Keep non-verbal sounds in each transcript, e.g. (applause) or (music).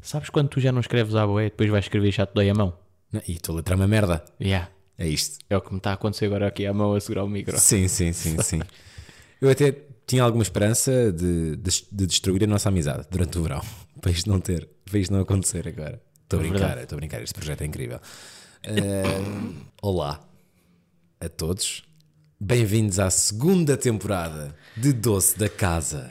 Sabes quando tu já não escreves à boé e depois vais escrever e já te dói a mão? Não, E tu letra é uma merda. Yeah. É isto. É o que me está a acontecer agora aqui à mão a segurar o micro. (laughs) Sim, sim, sim, sim. Eu até tinha alguma esperança de, de, de destruir a nossa amizade durante o verão, (laughs) para isto não ter, para isto não acontecer agora. Estou a brincar, estou a brincar, este projeto é incrível. Ah, olá a todos, bem-vindos à segunda temporada de Doce da Casa.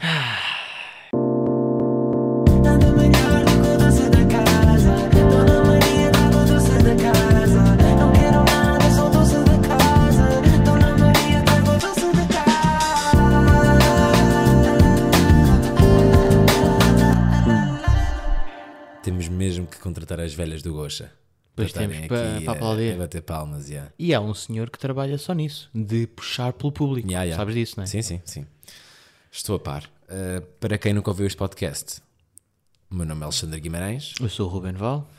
Dona Maria da doce da casa, Dona Maria da doce da casa. Não quero nada, sou doce da casa. Dona Maria da doce da Temos mesmo que contratar as velhas do Gocha. Pois temos, para- para aplaudir. A, a bater palmas, yeah. E há um senhor que trabalha só nisso, de puxar pelo público. Yeah, yeah. Sabes disso, não é? Sim, sim, sim. Estou a par. Ah, para quem nunca ouviu este podcast, o meu nome é Alexandre Guimarães. Eu sou o Ruben Val.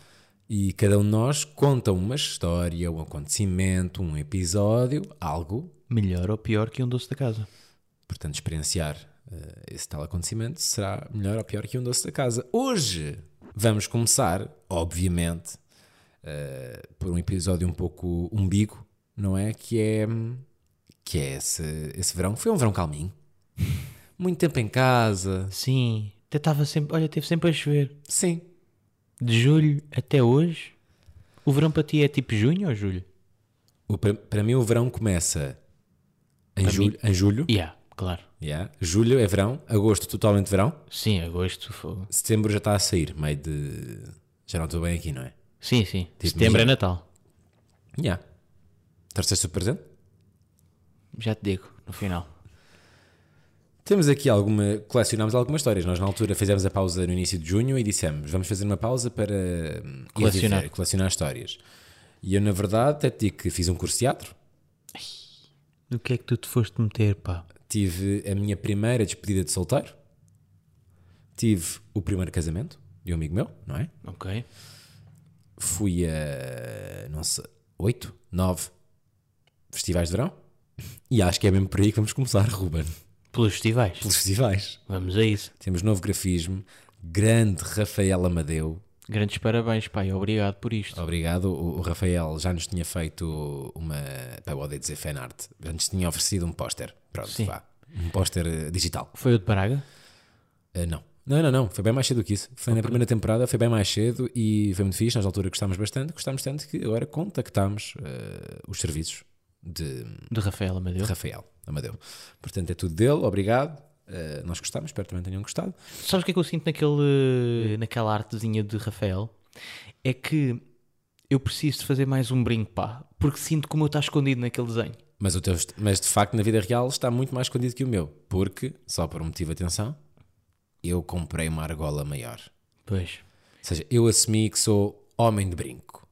E cada um de nós conta uma história, um acontecimento, um episódio, algo, Melhor ou pior que um doce da casa. portanto, experienciar eh, esse tal acontecimento será melhor ou pior que um doce da casa. Hoje vamos começar, obviamente, eh, por um episódio um pouco umbigo, não é? Que é, que é esse, esse verão. Foi um verão calminho. Muito tempo em casa. Sim. Até estava sempre. Olha, teve sempre a chover. Sim. De julho até hoje. O verão para ti é tipo junho ou julho? O- para, para mim, o verão começa em, Para julho, em julho. Yeah, claro. Yeah. Julho é verão, agosto totalmente verão, Sim, agosto, fogo. setembro já está a sair, meio de. Já não estou bem aqui, não é? Sim, sim. Setembro já- é Natal. Yeah. Trouxeste o presente? Já te digo, no final. Temos aqui alguma. Colecionámos algumas histórias. Nós, na altura, fizemos a pausa no início de junho e dissemos: vamos fazer uma pausa para hum, ir Colecionar. viver, colecionar histórias. E eu, na verdade, até te digo que fiz um curso de teatro, No que é que tu te foste meter, pá? tive a minha primeira despedida de solteiro, tive o primeiro casamento de um amigo meu, não é? Ok. fui a, não sei, oito, nove festivais de verão. E acho que é mesmo por aí que vamos começar, Ruben. Pelos festivais. Pelos festivais. Vamos a isso. Temos novo grafismo, grande Rafael Amadeu. Grandes parabéns, pai. Obrigado por isto. Obrigado. O, o Rafael já nos tinha feito uma. Para poder dizer fanart. Já nos tinha oferecido um póster. Pronto, Sim. vá. Um póster eh, digital. Foi o de Braga? Ah, não. Não, não, não. Foi bem mais cedo que isso. Foi na primeira temporada, foi bem mais cedo e foi muito fixe. Nós, na altura, gostámos bastante. Gostámos tanto que agora contactámos eh, os serviços de, De Rafael Amadeu. de Rafael Amadeu. Portanto, é tudo dele. Obrigado. Eh, nós gostámos. Espero que também tenham gostado. Sabes o que é que eu sinto naquele, naquela artezinha de Rafael? É que eu preciso de fazer mais um brinco, pá. Porque sinto como eu está escondido naquele desenho. Mas, o teu, est- mas, de facto, na vida real está muito mais escondido que o meu. Porque, só por um motivo, atenção, eu comprei uma argola maior. Pois. Ou seja, eu assumi que sou homem de brinco.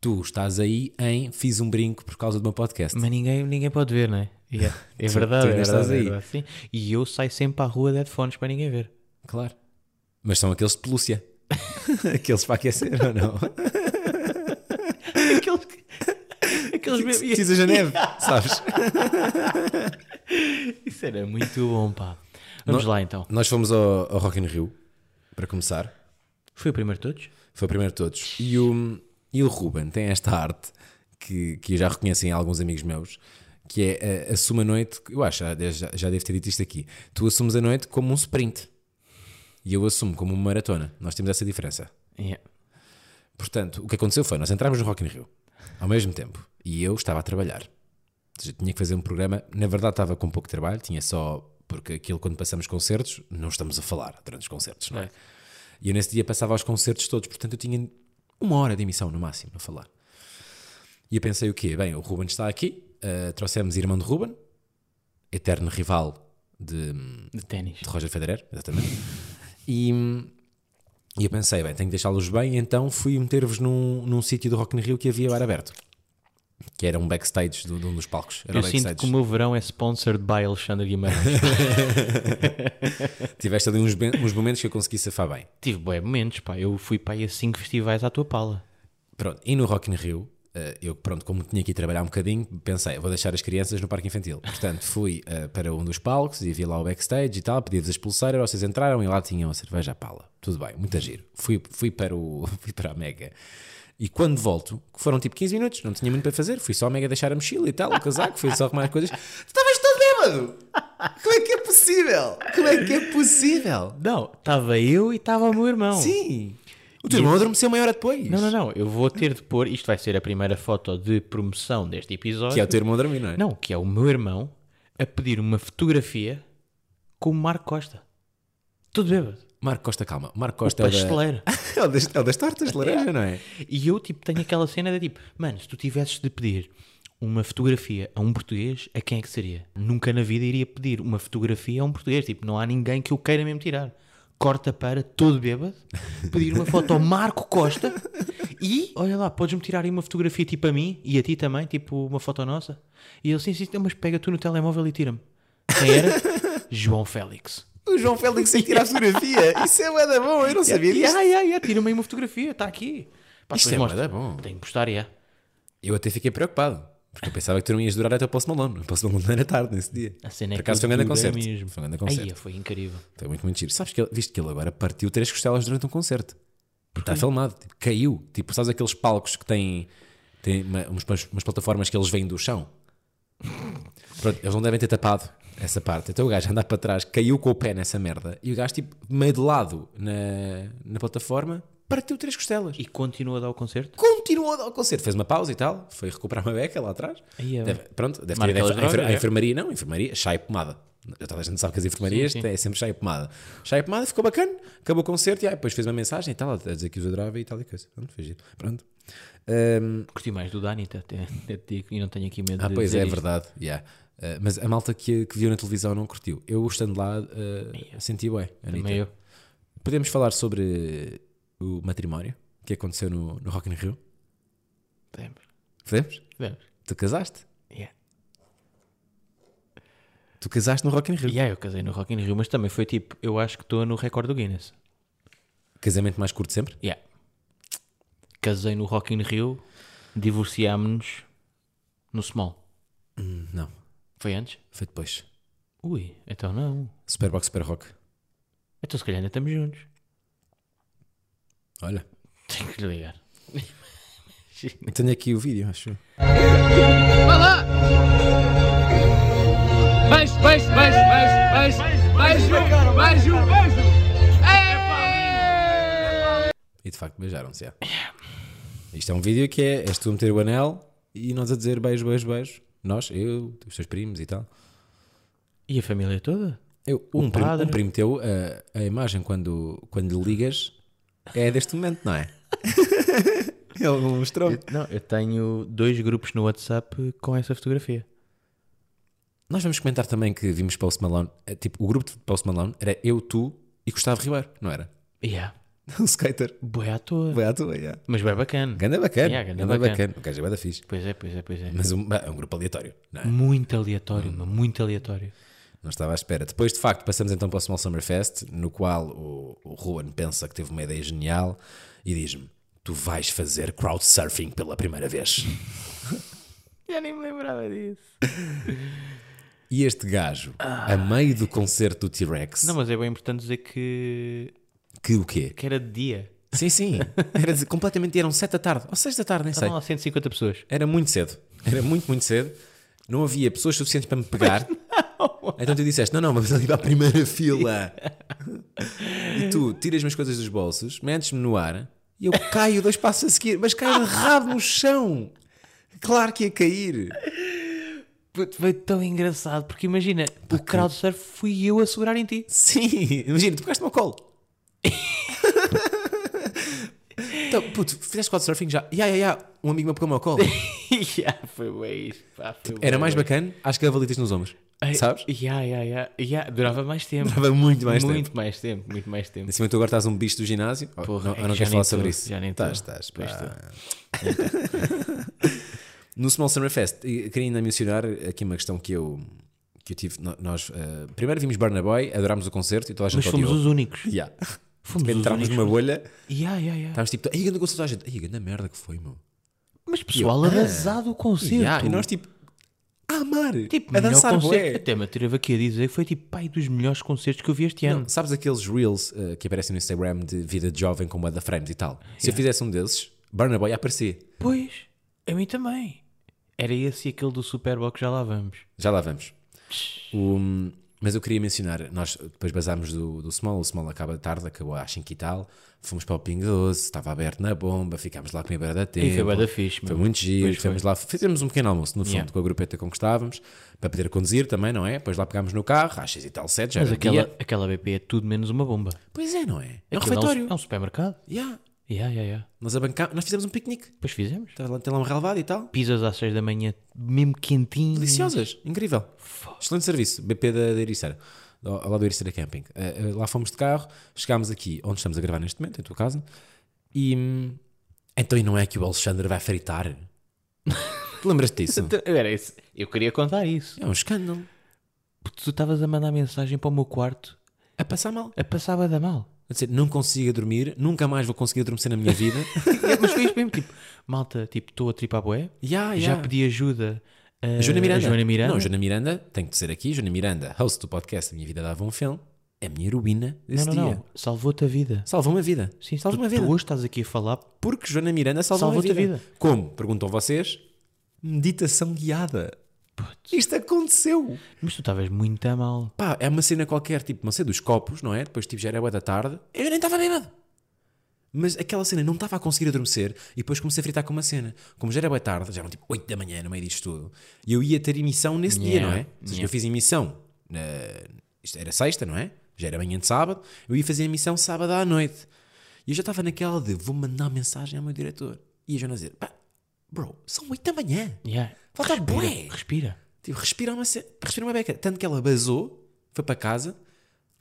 Tu estás aí em fiz um brinco por causa do meu podcast. Mas ninguém, ninguém pode ver, não é? Yeah. (laughs) É Tu- verdade, tu é verdade, ainda estás é aí. verdade, sim. E eu saio sempre para a rua de headphones para ninguém (laughs) ver. Claro. Mas são aqueles de (laughs) pelúcia. aqueles para aquecer ou não? Aqueles, (laughs) que- aqueles mesmo. Precisa de neve, sabes? Isso era muito bom, pá. Vamos lá então. Nós fomos ao, ao Rock in Rio, para começar. Foi o primeiro de todos? Foi o primeiro de todos. E o, e o Ruben tem esta arte que, que eu já reconheço em alguns amigos meus, que é eh, assume a noite, eu acho, já, de- já, já devo ter dito isto aqui. Tu assumes a noite como um sprint. E eu assumo como uma maratona. Nós temos essa diferença. Yeah. Portanto, o que aconteceu foi, nós entrámos no Rock in Rio ao mesmo tempo e eu estava a trabalhar. Ou seja, tinha que fazer um programa, na verdade estava com pouco trabalho, tinha só, porque aquilo quando passamos concertos, não estamos a falar durante os concertos, não é? Certo. E eu nesse dia passava aos concertos todos, portanto eu tinha uma hora de emissão no máximo a falar. E eu pensei o quê? Bem, o Ruben está aqui, eh, trouxemos irmão de Ruben, eterno rival de, De ténis. de Roger Federer, exatamente. E, e eu pensei, bem, tenho que deixá-los bem, então fui meter-vos num, num sítio do Rock in Rio que havia bar aberto. Que era um backstage do- de um dos palcos. Era Eu o backstage. sinto que o meu verão é sponsored by Alexandre (laughs) Guimarães. Tiveste ali uns, ben- uns momentos que eu consegui safar bem. Tive bué momentos, pá. Eu fui para aí a 5 festivais à tua pala. Pronto, e no Rock in Rio eh, eu, pronto, como tinha que ir trabalhar um bocadinho, pensei, vou deixar as crianças no parque infantil. Portanto, fui eh, para um dos palcos e vi lá o backstage e tal, pedi-vos as pulseiras, vocês entraram e lá tinham a cerveja à pala. Tudo bem, muito a giro. Fui, fui, para o, (laughs) fui para a Mega. E quando volto, que foram tipo 15 minutos, não tinha muito para fazer, fui só à Mega deixar a mochila e tal, o casaco, fui só arrumar as coisas. Tu (laughs) estavas todo bêbado! Como é que é possível? Como é que é possível? Não, estava eu e estava o meu irmão. Sim! O teu irmão adormeceu meia hora depois. Não, não, não. Eu vou (laughs) ter de pôr. Isto vai ser a primeira foto de promoção deste episódio. Que é o teu irmão a dormir, não é? Não, que é o meu irmão a pedir uma fotografia com o Marco Costa. Tudo bêbado. Marco Costa, calma. Marco Costa é o da- Pasteleiro. (laughs) é o das, é o das tortas de laranja, não é? E eu, tipo, tenho aquela cena de tipo, mano, se tu tivesses de pedir uma fotografia a um português, a quem é que seria? Nunca na vida iria pedir uma fotografia a um português. Tipo, não há ninguém que eu queira mesmo tirar. Corta para, todo bêbado, pedir uma foto ao Marco Costa e, olha lá, podes-me tirar aí uma fotografia tipo a mim e a ti também, tipo uma foto nossa? E ele, sim, sim, não, mas pega tu no telemóvel e tira-me. Quem era? João Félix. O João Félix sem tirar a (laughs) fotografia. Isso é bué da bom, eu não sabia disso. Yeah, yeah, yeah, tira-me aí uma fotografia, está aqui. Pá, Isto depois é mostra. bué da bom. Tenho que postar, yeah. Eu até fiquei preocupado. Porque eu pensava que tu não ias durar até o Post Malone. O Post Malone era tarde nesse dia. A cena é Por acaso que foi um grande tudo é concerto. Mesmo. Foi um grande Aí, concerto. foi incrível. Foi muito, muito giro. Sabes que ele, viste que ele agora partiu três costelas durante um concerto. Está filmado. Tipo, caiu. Tipo, sabes aqueles palcos que têm, têm uma- umas, umas plataformas que eles vêm do chão? Pronto, eles não devem ter tapado essa parte. Então o gajo anda para trás, caiu com o pé nessa merda e o gajo, tipo, meio de lado na, na plataforma, partiu três costelas. E continua a dar o concerto? continuou a dar o concerto. Fez uma pausa e tal, foi recuperar uma beca lá atrás. Aí é Deve- pronto, deve ter Marca ido à as enfer- à enfer- drogas, à é. enfermaria, não, enfermaria, chá e pomada. Já toda a gente sabe que as enfermarias Sim, têm sim. sempre chá e pomada. Chá e pomada, ficou bacana, acabou o concerto e aí, depois fez uma mensagem e tal, a dizer que os adorava e tal e coisa. Pronto, foi giro. Pronto. Ahm, Curti mais do Dani, até, até até te digo, e não tenho aqui medo ah, de pois dizer é, é isto. verdade. yeah. Ah, mas a malta que, que viu na televisão não curtiu. Eu estando lá, ah, senti bem. é. Também eu. Podemos falar sobre o matrimónio que aconteceu no, no Rock in Rio? Podemos. Podemos? Podemos. Tu casaste? Yeah. Tu casaste no Rock in Rio. E aí eu casei no Rock in Rio, mas também foi tipo, eu acho que estou no recorde do Guinness. Casamento mais curto sempre? Yeah. Casei no Rock in Rio, divorciámos-nos no Small. Não. Foi antes? Foi depois. Ui, então não. Superbox, Super Rock. Então se calhar ainda estamos juntos. (laughs) Olha. Tenho que lhe ligar. Tenho aqui o vídeo, acho. eu. Beijo, beijo, beijo, beijo, beijo, beijo, beijo, beijo. E de facto beijaram-se. já. Isto é um vídeo que é: és tu a meter o anel e nós a dizer beijo, beijo, beijo. Nós, eu, os teus primos e tal. E a família toda? Eu, um, primo, padre. um primo teu, a, a imagem quando, quando lhe ligas é deste momento, não é? (laughs) Ele me mostrou. Não, eu tenho dois grupos no WhatsApp com essa fotografia. Nós vamos comentar também que vimos Post Malone. eh, Tipo, o grupo de Post Malone era eu, tu e Gustavo Ribeiro, não (laughs) era? Yeah. Um skater. Boé à toa. Vai à tua, yeah. Mas bem bacana. Ganda bacana. Yeah, ganda ganda bacana. bacana. O gajo é bué da fixe. Pois é, pois é, pois é. Mas um- é um grupo aleatório, não Hum. é? Muito aleatório, mas muito aleatório. Não estava à espera. Depois, de facto, passamos então para o Small Summer Fest, no qual o, o Ruan pensa que teve uma ideia genial e diz-me: Tu vais fazer crowdsurfing pela primeira vez. Já nem me lembrava disso. e este gajo, a meio do concerto do T-Rex, Não, mas é bem importante dizer que, que o quê? que era de dia. Sim, (laughs) sim. Era de- completamente, eram 7 da tarde, ou 6 da tarde, nem sei. Estavam lá 150 pessoas. Era muito cedo. Era muito, muito cedo. Não havia pessoas suficientes para me pegar. Então tu disseste: Não, não, vamos ali para a primeira fila. e tu tiras-me as coisas dos bolsos, metes-me no ar e eu caio dois passos a seguir, mas caio de rabo no chão. Claro que ia cair. Puto, Foi tão engraçado, porque imagina, o crowdsurf fui eu a segurar em ti. Sim, imagina, tu pegaste no meu colo. então, puto, fizeste quatro surfing já. Ya, ya, ya, um amigo meu pegou o meu colo. (laughs) yeah, foi bem isso. pá, foi Era bué mais bem. bacana, às cavalitas nos ombros. Ai, Sabes? Yeah, yeah, yeah, yeah. Durava mais tempo. Estava muito mais tempo. muito mais tempo, muito mais tempo. Em cima tu agora estás um bicho do ginásio. Oh, Porra, não, é eu não que já nem quero falar sobre tô, isso. já nem tô. estás, estás. Pois pá. (laughs) no Small Summer Fest, e queria ainda mencionar aqui uma questão que eu, que eu tive. No- Nós eh, primeiro vimos Burna Boy, adorámos o concerto e toda a gente Mas fomos odiou. os únicos. Tá. Yeah. (laughs) Fomos os Entrámos únicos. numa bolha, Yeah, Tá. yeah, yeah. estávamos tipo, aí grande concerto toda a gente. Aí grande merda que foi, meu. Mas pessoal, arrasado o concerto. Yeah, e nós tipo a amar, Tipo, a melhor dançar concerto. bué. Até me atrevo aqui a dizer que foi tipo pai dos melhores concertos que eu vi este ano. Não, sabes aqueles reels eh, que aparecem no Instagram de vida de jovem com bué da frames e tal? Se eu fizesse um desses, Burna Boy ia aparecer. Pois, a mim também. Era esse e aquele do Superbox, já lá vamos. Já lá vamos. O- mas eu queria mencionar, nós depois basámos do, do Small, o Small acaba tarde, acabou às 5 e tal, fomos para o Pingo Doce, estava aberto na bomba, ficámos lá com a beira da tempo. foi bué da fixe, Foi meu. muito giro, fomos lá, fizemos um pequeno almoço, no fundo, Yeah. com a grupeta com que estávamos, para poder conduzir também, não é? Depois lá pegámos no carro, às 6 e tal, 7, já Mas era aquela, dia. aquela BP é tudo menos uma bomba. Pois é, não é? É um Aquilo refeitório. É um, é um supermercado. Yeah. Ya, ya, ya. Nós, abancámos, nós fizemos um piquenique, Depois fizemos. estava lá, tem lá um relvado e tal. Pizzas às 6 da manhã, mesmo quentinho. Deliciosas, Hum. incrível. Excelente serviço, BP da, da Ericeira, ao lado do Ericeira Camping. Eh, eh, lá fomos de carro, chegámos aqui onde estamos a gravar neste momento, em tua casa, e hum, então e não é que o Alexandre vai (laughs) fritar? Te Lembras-te disso? Era isso. Então, Eu queria contar isso. É um escândalo, Porque tu estavas a mandar mensagem para o meu quarto a passar mal. a passava da mal. A dizer, não consigo dormir, nunca mais vou conseguir adormecer na minha vida. Mas foi isso mesmo, tipo, malta, tipo, estou a tripar bué. Ya, (laughs) Já ya. pedi ajuda a A Joana Miranda. a Joana Miranda. Não, Joana Miranda, tenho que dizer aqui, Joana Miranda, host do podcast A Minha Vida Dava um Filme, é a minha heroína não, desse não, dia. não. Salvou-te a vida. Salvou-me a vida. Sim, tu, salvou-me a tu vida. hoje estás aqui a falar Porque Joana Miranda salvou, Salvou-te a, a vida. vida. Como? Perguntam vocês. Meditação guiada. Isto aconteceu. Mas tu estavas muito a mal. Pá, é uma cena qualquer, tipo, não sei, dos copos, não é? Depois, tipo, já era boa da tarde. Eu nem estava bêbado. Mas aquela cena não estava a conseguir adormecer e depois comecei a fritar com uma cena. Como já era boa tarde, já eram tipo 8 da manhã no meio disto tudo. E eu ia ter emissão nesse dia, Yeah, não é? Ou seja, eu fiz emissão. Na... Isto era sexta, não é? Já era manhã de sábado. Eu ia fazer emissão sábado à noite. E eu já estava naquela de vou mandar mensagem ao meu diretor. E a Joana dizer: pá, bro, são 8 da manhã. Yeah. Falta respira, bué. Respira. Tipo, respira uma, ce- respira uma beca. Tanto que ela basou, foi para casa.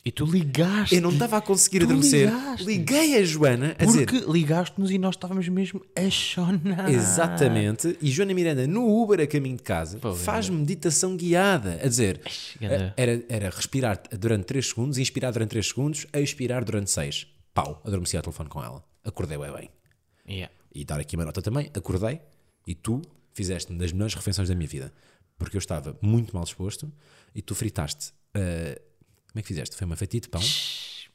E tu ligaste. Eu não estava a conseguir Tu adormecer. ligaste. Liguei a Joana a Porque dizer. ligaste-nos e nós estávamos mesmo a chonar. Exatamente. E Joana Miranda, no Uber a caminho de casa, faz meditação guiada. A dizer. ganda. Era, era respirar durante 3 segundos, inspirar durante 3 segundos, expirar durante 6. Pau, adormeci ao telefone com ela. Acordei bem bem. Yeah. E dar aqui uma nota também. Acordei e tu fizeste-me das melhores refeições da minha vida. Porque eu estava muito mal disposto e tu fritaste. ah, como é que fizeste? Foi uma fatia de pão,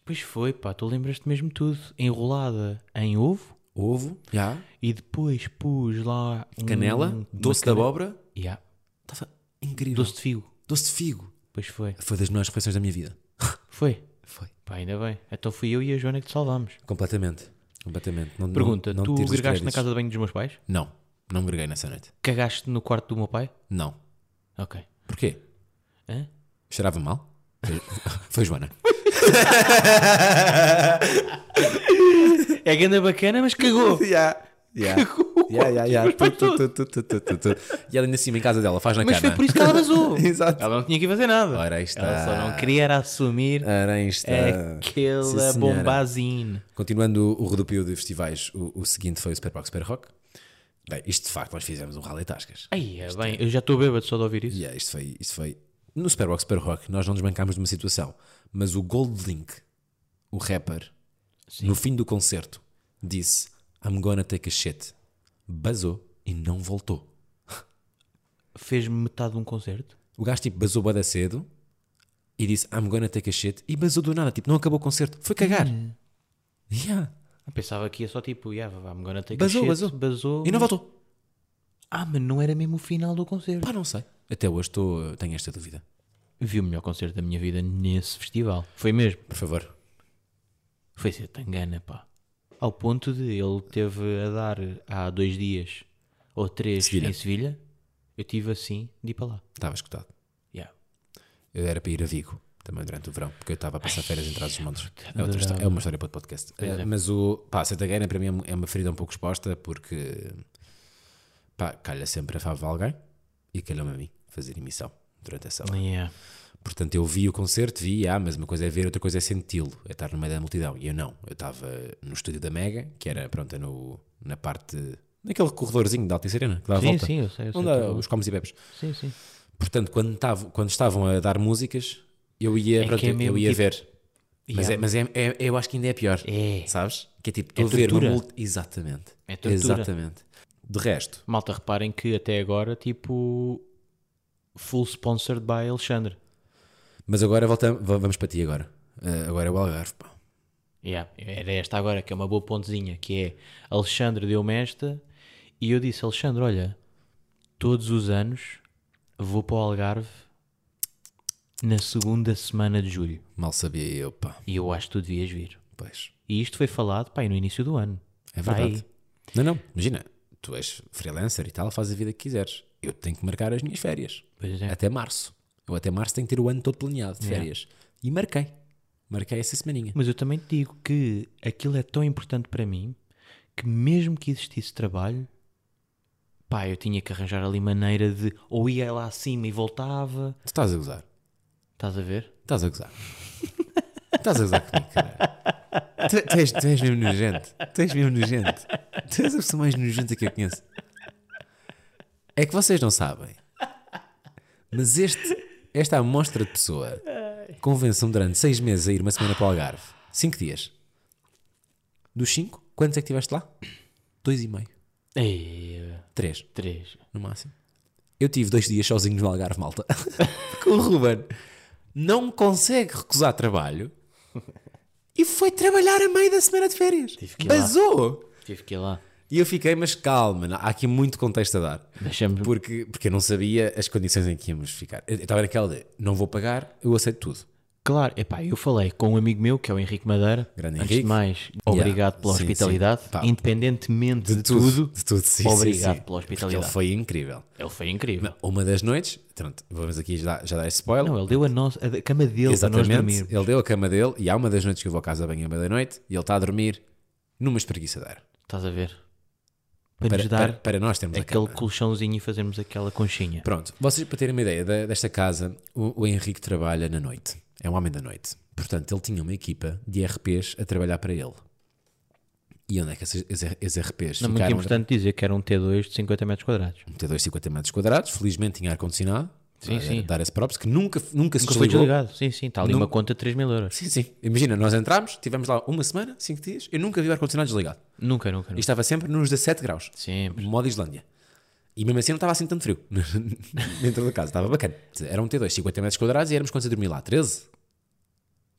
Pois foi, pá, tu lembras-te mesmo tudo. Enrolada em ovo ovo, já, e depois pus lá. um- canela, uma doce de cana- abóbora. Yeah. Estava incrível. Doce de figo. Doce de figo. Pois foi. Foi das melhores refeições da minha vida. Foi. Foi. Pá, ainda bem. Então fui eu e a Joana que te salvámos. Completamente. Completamente. Não- não- Pergunta, não tu tires os gregaste na créditos. casa de banho dos meus pais? Não. Não greguei nessa noite. Cagaste no quarto do meu pai? Não. Ok. Porquê? Hã? Cheirava mal? Foi, (laughs) foi Joana. É ganda bacana, mas cagou. Ya. Ya. (laughs) Ya, ya, ya. Tu, tu, tu, tu, tu, tu, tu. E ela ainda assim em casa dela, faz na Mas cama. foi por isso que ela vazou. (laughs) Exato. Ela não tinha que fazer nada. Ora, aí está. Ela só não é queria era assumir Ora, aí está. aquela Ah. Sim, senhora. bombazine. Continuando o redupio de festivais, o, o seguinte foi o Super Rock, Super Rock. Bem, isto de facto nós fizemos um rally tascas. Ai, é bem, eu já estou bêbado só de ouvir isso. Yeah, isto foi, isto foi. No Super Rock, Super Rock, nós não nos bancámos de uma situação, mas o Gold Link, o rapper, no fim do concerto, disse: I'm gonna take a shit. Basou e não voltou. Fez metade de um concerto. O gajo tipo basou bada cedo e disse I'm gonna take a shit e basou do nada, tipo, não acabou o concerto, foi cagar. Yeah. Eu pensava que ia só tipo, yeah, vá, vá, I'm gonna take a Basou, shit. basou. E não voltou. Ah, mas não era mesmo o final do concerto. Pá, não sei. Até hoje estou, tenho esta dúvida. Vi o melhor concerto da minha vida nesse festival. Foi mesmo. Por favor. Foi ser tangana, pá. Ao ponto de ele teve a dar há dois dias ou três Sevilha. em Sevilha, eu tive assim de ir para lá. Estava escutado. Yeah. Eu era para ir a Vigo também durante o verão, porque eu estava a passar férias em trás dos montes. É, outra adorava. é. história- é uma história para o podcast. Eh, Mas o pá, Santa Guerra para mim é uma- é uma ferida um pouco exposta porque pá, calha sempre a favor de alguém e calhou-me a mim fazer emissão durante essa hora. Yeah. Portanto, eu vi o concerto, vi, ah, mas uma coisa é ver, outra coisa é senti-lo, é estar no meio da multidão. E eu não, eu estava no estúdio da Mega, que era, pronto, é no, na parte, naquele corredorzinho da Alta e Serena, que dá a Sim, volta. sim, eu sei, eu sei. Onde é dá os comes e bebes. Sim, sim. Portanto, quando, tava, quando estavam a dar músicas, eu ia, É pronto, que é eu- eu mesmo ia tipo- ver. Mas, Yeah. é, mas é, é- eu acho que ainda é pior, É. sabes? Que é tipo, É estou a ver uma tortura. multi... Exatamente. É tortura. Exatamente. De resto, Malta, reparem que até agora, tipo, full sponsored by Alexandre. mas agora voltamos, va- vamos para ti agora. Ah, agora é o Algarve, pá. Yeah, era esta agora, que é uma boa pontezinha, que é Alexandre deu-me esta e eu disse, Alexandre, olha, todos os anos vou para o Algarve na segunda semana de julho. Mal sabia eu, pá. E eu acho que tu devias vir. Pois. E isto foi falado, pá, aí no início do ano. É Pá, verdade. aí. Não, não, imagina, tu és freelancer e tal, faz a vida que quiseres. Eu tenho que marcar as minhas férias. Pois é. Até março. Eu até março tenho que ter o ano todo planeado de férias. E marquei. Marquei essa semaninha. Mas eu também te digo que aquilo é tão importante para mim que mesmo que existisse trabalho, pá, eu tinha que arranjar ali maneira de ou ia lá acima e voltava. Tu estás a gozar. Estás a ver? Estás a gozar. Estás a gozar comigo, cara. Tu, tu és, tu és mesmo nojento. Tu és mesmo nojento. Tu és a pessoa mais nojenta que eu conheço. É que vocês não sabem. Mas este, esta amostra de pessoa convence-me durante seis meses a ir uma semana para o Algarve. Cinco dias. Dos cinco, quantos é que tiveste lá? Dois e meio. Ei, Três, três. no máximo. Eu tive dois dias sozinhos no Algarve, malta. (laughs) Com o Ruben. Não consegue recusar trabalho. E foi trabalhar a meio da semana de férias. que ir lá. Basou! Tive que ir lá. E eu fiquei, mas calma, há aqui muito contexto a dar. Deixamos. Porque, porque eu não sabia as condições em que íamos ficar. Eu eu estava naquela de não vou pagar, eu aceito tudo. Claro, epá, eu falei com um amigo meu que é o Henrique Madeira. Grande Antes Henrique. de mais, obrigado pela sim, sim. hospitalidade, Pá, independentemente de, tudo. De tudo, sim, sim, obrigado pela sim. Porque ele hospitalidade. foi incrível. Ele foi incrível. Uma das noites, pronto, vamos aqui já, já dar esse spoiler. Não, ele deu a, nossa, a cama dele para nós Exatamente. dormir. Ele deu a cama dele e há uma das noites que eu vou à casa bem à meia-noite e ele está a dormir numa espreguiçadeira. Estás a ver? Para, Para, nos dar para, para nós termos a aquele cama. colchãozinho e fazermos aquela conchinha. Pronto, vocês para terem uma ideia da- desta casa, o, o Henrique trabalha na noite. É um homem da noite. Portanto, ele tinha uma equipa de RPs a trabalhar para ele. E onde é que esses, esses- esses RPs Não, é muito ficaram? importante dizer que era um T2 de 50 metros quadrados. Um T2 50 metros quadrados, felizmente tinha ar-condicionado. Sim, a- sim. Dar esse props, que nunca, nunca se Que foi desligou. desligado. Sim, sim, está ali Não- uma conta de 3 mil euros. Sim, sim. Imagina, nós entramos, tivemos lá uma semana, cinco dias, eu nunca vi o ar-condicionado desligado. Nunca, nunca, E nunca. estava sempre nos 17 graus. Sempre. Modo Islândia. E mesmo assim não estava assim tanto frio (laughs) dentro da casa, estava bacana. Era um T2, 50 metros quadrados e éramos quantos a dormir lá? 13?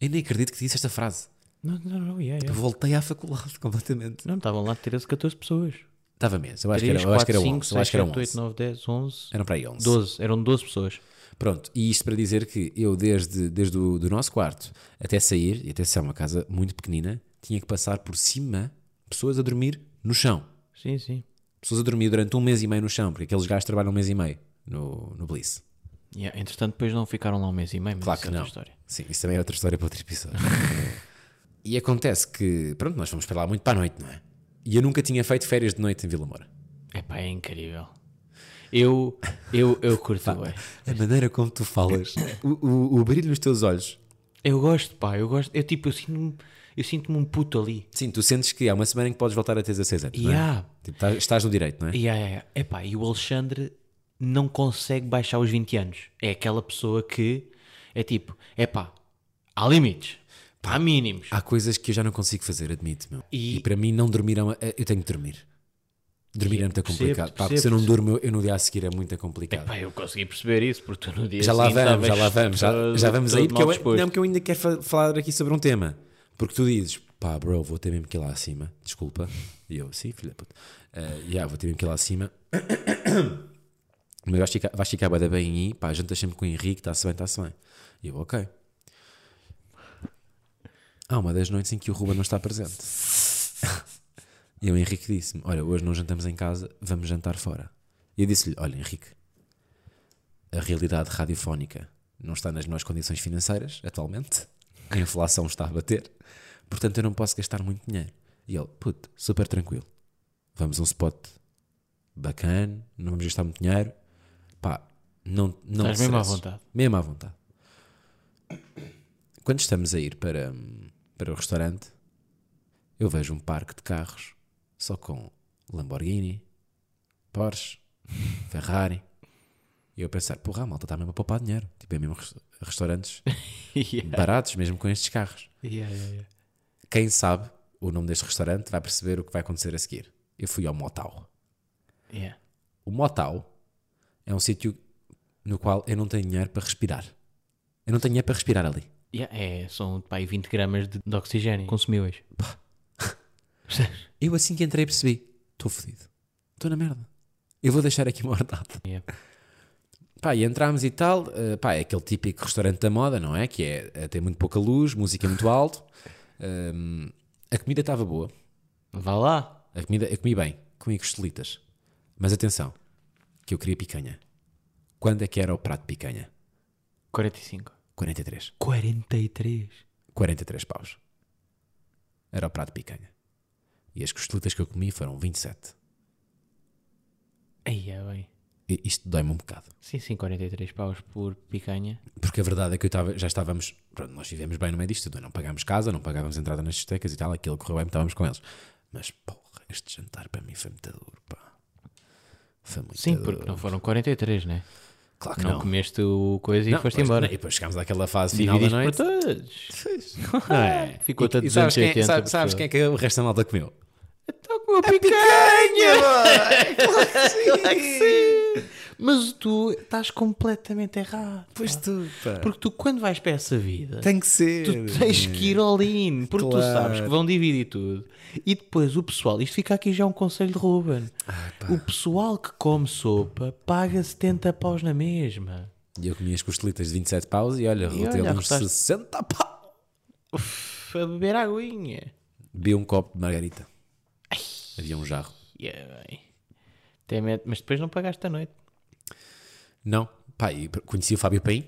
Eu nem acredito que disse esta frase. Não, não, não, yeah, Eu yeah. voltei à faculdade (laughs) completamente. Não, estavam lá 13, 14 pessoas. Estava menos, eu acho que 3, era, eu acho que 4, era 5, 11. Eu 6, acho que era 7, 8, 11. 9, 10, 11, Eram para aí 11. 12. Eram 12 pessoas. Pronto, e isto para dizer que eu, desde, desde o do nosso quarto até sair, e até ser uma casa muito pequenina, tinha que passar por cima pessoas a dormir no chão. Sim, sim. Pessoas a dormir durante um mês e meio no chão, porque aqueles gajos trabalham um mês e meio no, no Bliss. Yeah, Entretanto, depois não ficaram lá um mês e meio, mas Claro isso é que outra não. história. Sim, isso também é outra história para outro episódio. (laughs) e acontece que, pronto, nós fomos para lá muito para a noite, não é? E eu nunca tinha feito férias de noite em Vila Moura. Epá, é incrível. Eu, eu, eu curto bem. A maneira como tu falas, (coughs) o, o- o brilho nos teus olhos. Eu gosto, pá, eu gosto. Eu tipo, eu sinto-me eu sinto um puto ali. Sim, tu sentes que há uma semana em que podes voltar a ter 16 anos, não é? Yeah. Tipo, estás, estás no direito, não é? Yeah, yeah, yeah. Epá, e o Alexandre não consegue baixar os 20 anos. É aquela pessoa que é tipo, epá, há limites, há mínimos. Há coisas que eu já não consigo fazer, admito, meu. E- E, para mim não dormir é uma- é- eu tenho que dormir. Dormir é muito percebo-te, complicado. Pá, porque se eu não durmo, eu no dia a seguir é muito complicado. Epá, eu consegui perceber isso, porque tu no dia já lá seguinte vamos, já estavas lá vamos, já, todo- já vamos aí, todo porque mal eu, disposto. não, porque eu ainda quero fa- falar aqui sobre um tema. Porque tu dizes, pá, bro, vou ter mesmo que ir lá acima, desculpa. E eu, sim, filha da puta. Eh, yeah, vou ter mesmo que ir lá acima. (coughs) Mas vais ficar, vais ficar bué da bem aí, pá, jantas sempre com o Henrique, está-se bem, está-se bem. E eu, ok. Há uma das noites em que o Ruba não está presente. (laughs) e o Henrique disse-me, olha, hoje não jantamos em casa, vamos jantar fora. E eu disse-lhe, olha, Henrique, a realidade radiofónica não está nas melhores condições financeiras atualmente, a inflação está a bater, portanto eu não posso gastar muito dinheiro. E ele, puto, super tranquilo, vamos a um spot bacana, não vamos gastar muito dinheiro, pá, não, não Estás te mesmo à estresses. vontade. Mesmo à vontade. Quando estamos a ir para, hum, para o restaurante, eu vejo um parque de carros só com Lamborghini, Porsche, (laughs) Ferrari. E eu a pensar, porra, a malta está mesmo a poupar dinheiro. Tipo, é mesmo res- restaurantes Yeah, baratos, mesmo com estes carros. yeah, yeah, yeah. Quem sabe o nome deste restaurante vai perceber o que vai acontecer a seguir. Eu fui ao Motau. Yeah. O Motau é um sítio no qual eu não tenho dinheiro para respirar. Eu não tenho dinheiro para respirar ali. Yeah, é, são pá, aí 20 gramas de, de oxigênio consumíveis. Percebes? Eu assim que entrei percebi, estou fodido. Estou na merda. Eu vou deixar aqui uma (laughs) hortada. Yeah. Pá, e entramos e tal, eh, pá, é aquele típico restaurante da moda, não é? Que é, eh, tem muito pouca luz, música muito alto. Hum, a comida estava boa. Vá lá. A comida, eu comi bem, comi costelitas. Mas atenção, que eu queria picanha. Quando é que era o prato de picanha? 45. 43. 43. 43 paus. Era o prato de picanha. E as costelitas que eu comi foram 27. Aí é bem. E isto dói-me um bocado. Sim, sim, 43 paus por picanha. Porque a verdade é que eu estava- já estávamos. Pronto, nós vivemos bem no meio disto tudo. Não pagámos casa, não pagávamos entrada nas discotecas e tal. Aquilo correu bem, estávamos com eles. Mas porra, este jantar para mim foi muito duro, pá. Foi muito Sim, duro. porque não foram 43, né? Claro que um. Não, não. comeste o coisa e Não, foste pois, embora. não, E depois chegámos àquela fase final da Dividiste por noite. todos. (laughs) Não é? Ficou até E- e sabes quem, 280 sabes, sabes pessoas. quem é que o resto da malta comeu? Está com a É (laughs) picanha! Claro que sim! Mas tu estás completamente errado. Pois tu, pá. Ah, Porque tu, quando vais para essa vida, Tem que ser. tu tens que ir all in, porque tu Claro. sabes que vão dividir tudo. E depois o pessoal, isto fica aqui já um conselho de Ruben: o pessoal que come sopa paga 70 paus na mesma. E eu comi as costelitas de 27 paus e olha, rotei olha, ali uns rotaste. 60 pau. Uf, a beber aguinha. Bebi um copo de margarita. Havia um jarro. Yeah, é bem. Até mete- Mas depois não pagaste a noite. Não, pá, e conheci o Fábio Paim.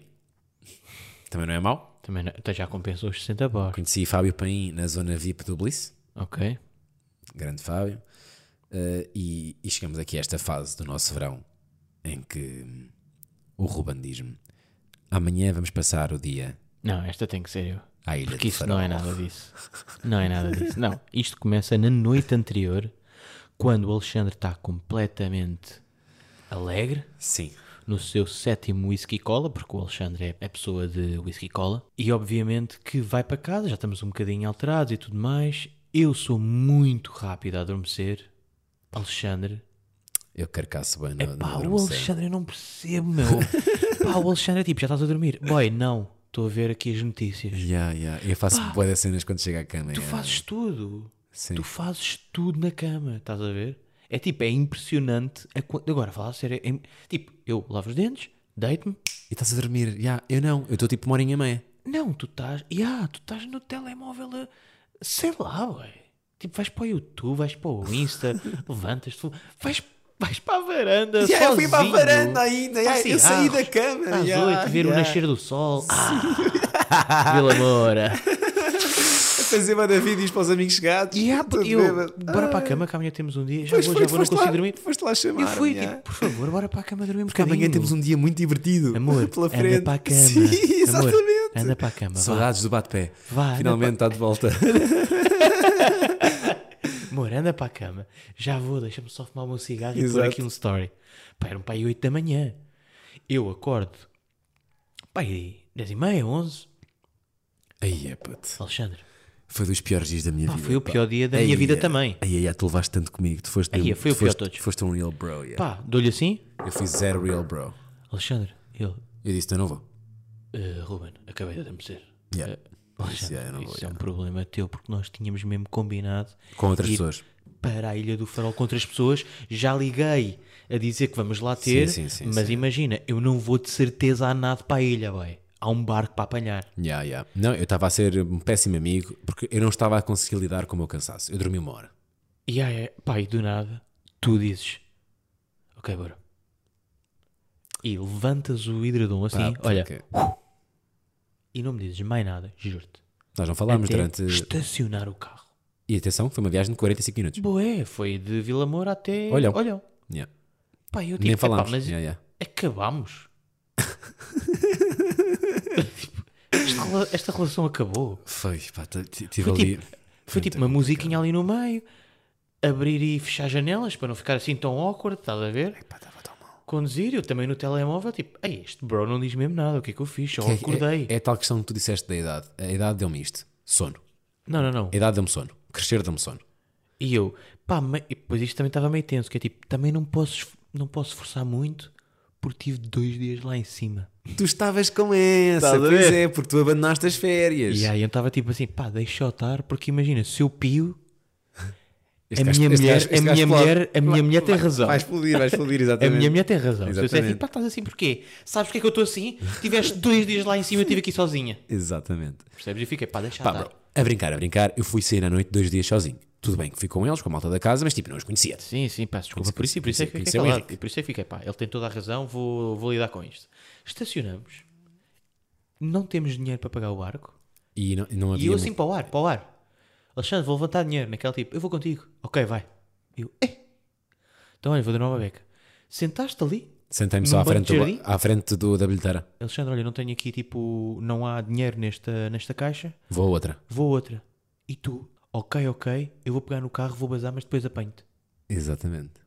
Também não é mau. Também não- então já compensou os 60 paus. Conheci o Fábio Paim na zona VIP do Bliss. Ok. Grande Fábio. Eh, e, e chegamos aqui a esta fase do nosso verão em que hum, o Ruben diz-me: amanhã vamos passar o dia Não, esta tem que ser eu. à ilha Porque de isso Faraó." não é nada disso. Não é nada disso. Não, isto começa na noite anterior, quando o Alexandre está completamente alegre, Sim. no seu sétimo whisky cola, porque o Alexandre é, é pessoa de whisky cola, e obviamente que vai para casa, já estamos um bocadinho alterados e tudo mais. Eu sou muito rápido a adormecer. Alexandre Eu carcaço bem no, no Pá, o adormecer. Alexandre eu não percebo, meu. Pá, o Alexandre é tipo, já estás a dormir. Boy, não. Estou a ver aqui as notícias. Yeah, yeah. Eu faço boas cenas quando chego à cama. Tu yeah. fazes tudo. Sim. Tu fazes tudo na cama, estás a ver? É tipo, é impressionante. a quan- Agora, falar a sério. é im- Tipo, eu lavo os dentes, deito-me. E estás a dormir. Yeah, eu não, eu estou tipo uma horinha e meia. Não, tu estás. Yeah, tu estás no telemóvel a. Sei lá, ué. Tipo, vais para o YouTube, vais para o Insta, (laughs) levantas-te, vais, vais para a varanda. Yeah, eu fui para a sozinho. varanda ainda, yeah, Faz assim, ah, eu saí da cigarros. cama, Às yeah, oito, ver o yeah. nascer do sol. Ah, Vila (laughs) Moura. A fazer uma vídeos para os amigos chegados. Yeah, Tudo é, eu, bêbado. Ah, bora para a cama, que amanhã temos um dia. Já vou, já vou, não foste consigo lá- dormir. Foste lá chamar. Eu fui, tipo, por favor, bora para a cama dormir um Porque amanhã temos um dia muito divertido. Amor, (laughs) pela anda frente. para a cama. Sim, Amor, exatamente. anda para a cama, vá. Saudades do bate-pé. Vá, anda Finalmente está (laughs) de volta. Amor, anda para a cama. Já vou, deixa-me só fumar o meu cigarro e pôr Exato. aqui um story. Pá, eram para aí 8 da manhã. Eu acordo. Pá, aí 10 e meia, 11. Aí é, puto. Alexandre. Foi dos piores dias da minha Pá, vida. Ah, foi o pá. pior dia da Aí minha vida é. também. Aí, aí, tu levaste tanto comigo. Tu foste, Aí é, mesmo- foi tu o pior foste, todos. tu foste um real bro. yeah. Pá, dou-lhe assim. Eu fui zero real bro. Alexandre, ele. Eu disse, eu não vou. "Eh, Ruben, acabei de adormecer. Yeah. Alexandre, yeah, eu não vou, isso é um problema teu, porque nós tínhamos mesmo combinado Com outras ir pessoas. para a Ilha do Farol com outras pessoas. Já liguei a dizer que vamos lá ter, sim, sim, mas imagina, eu não vou de certeza a nada para a ilha, boy. Há um barco para apanhar. Yeah, yeah. Não, eu estava a ser um péssimo amigo porque eu não estava a conseguir lidar com o meu cansaço. Eu dormi uma hora. E aí, é, pá, e do nada, tu dizes: Ok, bora. E levantas o hidradom assim, Pá, olha, porque e não me dizes mais nada, juro-te. Nós não falámos Até durante. Estacionar o carro. E atenção, foi uma viagem de 45 minutos. Boé, foi de Vila Moura até. Olhão. Olhão. Yeah. Pá, eu Nem tipo, "Epá, falámos. mas Yeah, yeah. (laughs) acabámos. Tipo, esta, rela- esta relação acabou. Foi, pá, t- t- tive Foi ali. tipo, Então foi tipo uma musiquinha ali no meio, abrir e fechar janelas para não ficar assim tão awkward, estás a ver? Pá, estava tão mal. Conduzir, eu também no telemóvel, tipo, Ei, este bro não diz mesmo nada, o que é que eu fiz? Só É- acordei. É, é tal questão que tu disseste da idade. A idade deu-me isto: sono. Não, não, não. É. A idade deu-me sono. Crescer deu-me sono. E eu, pá, me- e depois isto também estava meio tenso, que é tipo, também não posso, esf- não posso forçar muito porque tive dois dias lá em cima. Tu estavas com essa, Estás a pois ver? é, porque tu abandonaste as férias. E aí eu estava tipo assim, pá, deixa eu estar, porque imagina, se eu pio, Este a gajo- minha este mulher, gajo- este a gajo minha explode. mulher, a minha mulher tem razão. Vai explodir, vai explodir, A exatamente. minha mulher tem razão. Se eu disser assim, Exatamente. pá, estás assim porquê? Sabes porque é que eu estou assim? Tiveste dois dias lá em cima, eu estive aqui sozinha. Exatamente. Percebes? E fiquei, pá, deixa Pá, estar. bro, a brincar, a brincar, eu fui sair à noite dois dias sozinho. Tudo bem que fui com eles, com a malta da casa, mas tipo, não os conhecia. Sim, sim, peço desculpa por isso, e por isso é que Isso é fiquei um calado. erro. E por isso é que fiquei, pá, ele tem toda a razão, vou, vou lidar com isto. Estacionamos, não temos dinheiro para pagar o barco, E não, não e havia. eu assim para o ar, para o ar. Alexandre, vou levantar dinheiro. Naquela tipo, eu vou contigo. Ok, vai. E eu, eh. Então olha, vou dar uma beca. Sentaste ali? Sentei-me num só à banco frente, de do, jardim? à frente do- da bilheteira. Alexandre, olha, não tenho aqui tipo, não há dinheiro nesta, nesta caixa, Vou a outra. vou a outra. E tu, ok, ok, eu vou pegar no carro, vou bazar, mas depois apanho-te. Exatamente.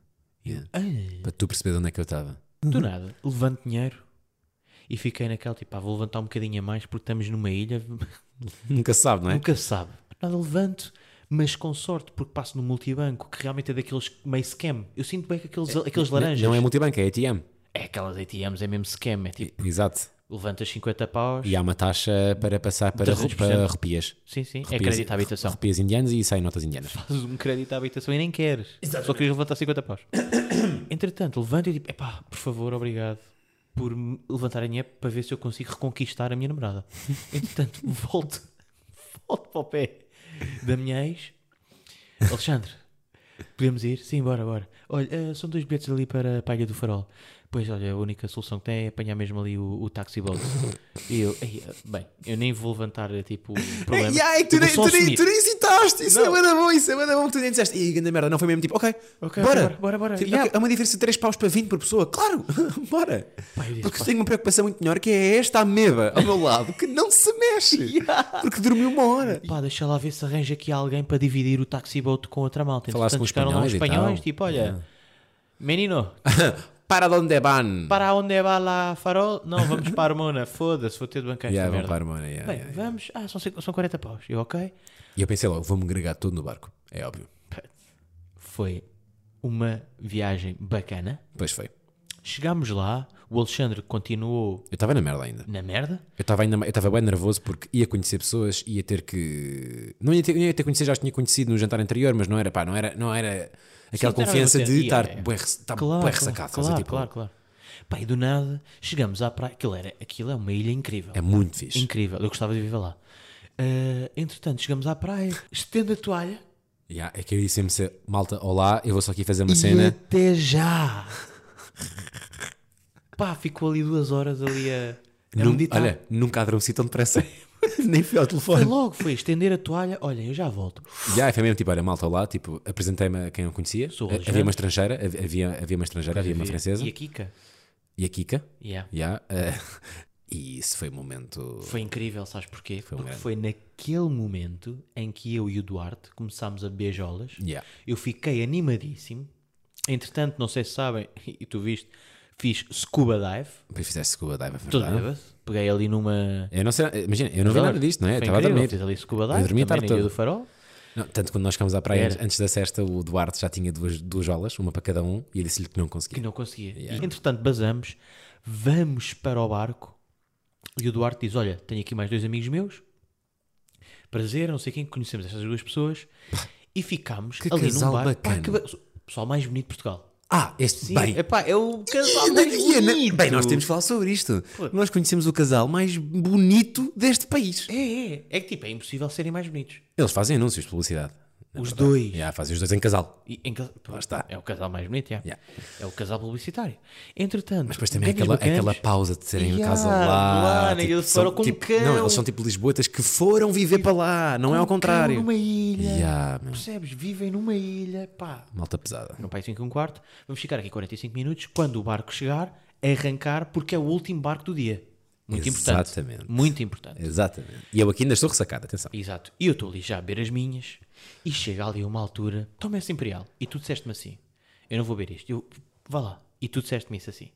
Ah. Para tu perceber de onde é que eu estava. Do nada, Uhum. levanto dinheiro e fiquei naquela tipo, ah, vou levantar um bocadinho a mais porque estamos numa ilha, (laughs) (laughs) Nunca se sabe, não é? nunca se sabe. Nada levanto, mas com sorte porque passo no multibanco que realmente é daqueles meio scam. Eu sinto bem que aqueles, aqueles laranjas, Não é multibanco, é ATM. é aquelas ATMs, é mesmo scam, é tipo, Exato. levantas 50 paus, E há uma taxa para passar para, ru- 300%. para rupias. sim, sim, é Rupias- crédito à habitação. Rupias indianas e saem notas indianas. fazes um crédito à habitação e nem queres. Só querias levantar 50 paus. (coughs) Entretanto, levanto e tipo, epá, por favor, obrigado por me levantar a dinheiro para ver se eu consigo reconquistar a minha namorada. Entretanto, volto, volto para o pé da minha ex. Alexandre, podemos ir? Sim, bora, bora. Olha, eh, são dois bilhetes ali para a Palha do Farol. Pois, olha, a única solução que tem é apanhar mesmo ali o, o táxi boat. E eu, "Ei, eh, bem, eu nem vou levantar, eh, tipo, problema. (laughs) é Eu vou só assumir. hesitaste, isso é nada bom, isso é nada bom, tu nem disseste, e grande merda, não foi mesmo tipo, ok, Ok, bora, bora, bora. Tipo, Yeah. ok, Há uma diferença de 3 paus para 20 por pessoa, claro, (laughs) bora. Pá, eu disse, Porque pá. tenho uma preocupação muito menor que é esta ameba ao meu lado, que não se mexe, (laughs) porque dormiu uma hora. Pá, deixa lá ver se arranja aqui alguém para dividir o taxi boat com outra malta. Falaste Entretanto, com os chegaram lá uns espanhóis e espanhóis, tal. É. tipo, olha, menino, Para onde é, van? para onde vai lá farol? Não, vamos para Armona, foda-se, vou ter de bancar Yeah, esta vão merda. para a Armona, yeah, Bem, yeah. vamos, ah, são, cinco- são 40 paus. Eu, ok. E eu pensei logo, vou-me agregar todo no barco, é óbvio. Foi uma viagem bacana. Pois foi. Chegámos lá, o Alexandre continuou Eu estava na merda ainda. na merda. Eu estava ainda eu estava bem nervoso porque ia conhecer pessoas, ia ter que não ia ter, não ia ter conhecido, já as tinha conhecido no jantar anterior, mas não era pá, não era, não era aquela Sim, então confiança era- de era- estar era- bué res- estar Claro, bué claro, ressacado, estás a claro, tipo, claro, claro. Pá, e do nada, chegamos à praia. Aquilo, era, aquilo é uma ilha incrível. É muito fixe. Incrível, eu gostava de viver lá. Ah, entretanto, chegamos à praia, estende a toalha Yeah, é que eu disse sempre ser, malta, olá, eu vou só aqui fazer uma e cena. até já. Pá, ficou ali duas horas ali a, a Nun- é meditar. olha, nunca um adormeci (laughs) tão depressa. Nem fui ao Foi (laughs) telefone. logo, foi estender a toalha, olha, eu já volto. Yeah, foi mesmo tipo, olha, malta, olá, tipo, apresentei-me a quem eu conhecia. Sou o Ha- Alexandre. Havia uma estrangeira, hav- havia, havia uma estrangeira, havia uma francesa E a Kika? e a Kika. Yeah. Yeah, eh, (laughs) e isso foi um momento. Foi incrível, sabes porquê? um Porque grande. foi naquele momento em que eu e o Duarte começámos a beijolas. Yeah. Eu fiquei animadíssimo. Entretanto, não sei se sabem, (laughs) e tu viste, fiz scuba dive. Depois fizeste scuba dive, é Tudo verdade. bêbado. Peguei ali numa. Eu não sei, imagina, eu não vi nada disto, não é? Eu Foi Estava a incrível, dormir. Fiz ali scuba Eu dive, dormi também a tarde na Ilha toda. do Farol. Não, tanto quando nós chegámos à praia, Era. antes da cesta, o Duarte já tinha duas, duas olas, uma para cada um, e eu disse-lhe que não Que conseguia. não conseguia. E, entretanto, basamos, vamos para o barco. E o Duarte diz: Olha, tenho aqui mais dois amigos meus. Prazer, não sei quem, conhecemos estas duas pessoas. E ficámos Que ali num casal barco. Pá, bacana. que ba- o pessoal mais bonito de Portugal. Ah, este Sim, bem. epá, é o casal mais E- e- e- bonito. Bem, nós temos de falar sobre isto. Nós conhecemos o casal mais bonito deste país. É, é. É que tipo, é impossível serem mais bonitos. Eles fazem anúncios de publicidade. na Os verdade. dois. Já, fazem os dois em casal. E em ca- pô, está. É o casal mais bonito, é. Yeah. É o casal publicitário. Entretanto, Mas depois também é ganhas aquela, bacanas. aquela pausa de serem Ya, yeah, casa lá. lá, né, eles são foram com tipo- cão. Não, eles são tipo lisboetas que foram viver para lá. Não é ao Cão contrário. Numa ilha. Ya, meu. Percebes? Vivem numa ilha. Pá. Malta pesada. Não pai 5 um quarto. Vamos ficar aqui 45 minutos. Quando o barco chegar, arrancar, porque é o último barco do dia. Muito Exatamente. importante. Muito importante. Exatamente. E eu aqui ainda estou ressacado, atenção. Exato. E eu estou ali já a beber as minhas e chega ali uma altura, toma essa imperial. E tu disseste-me assim: Eu não vou beber isto. Eu, vá lá. E tu disseste-me isso assim.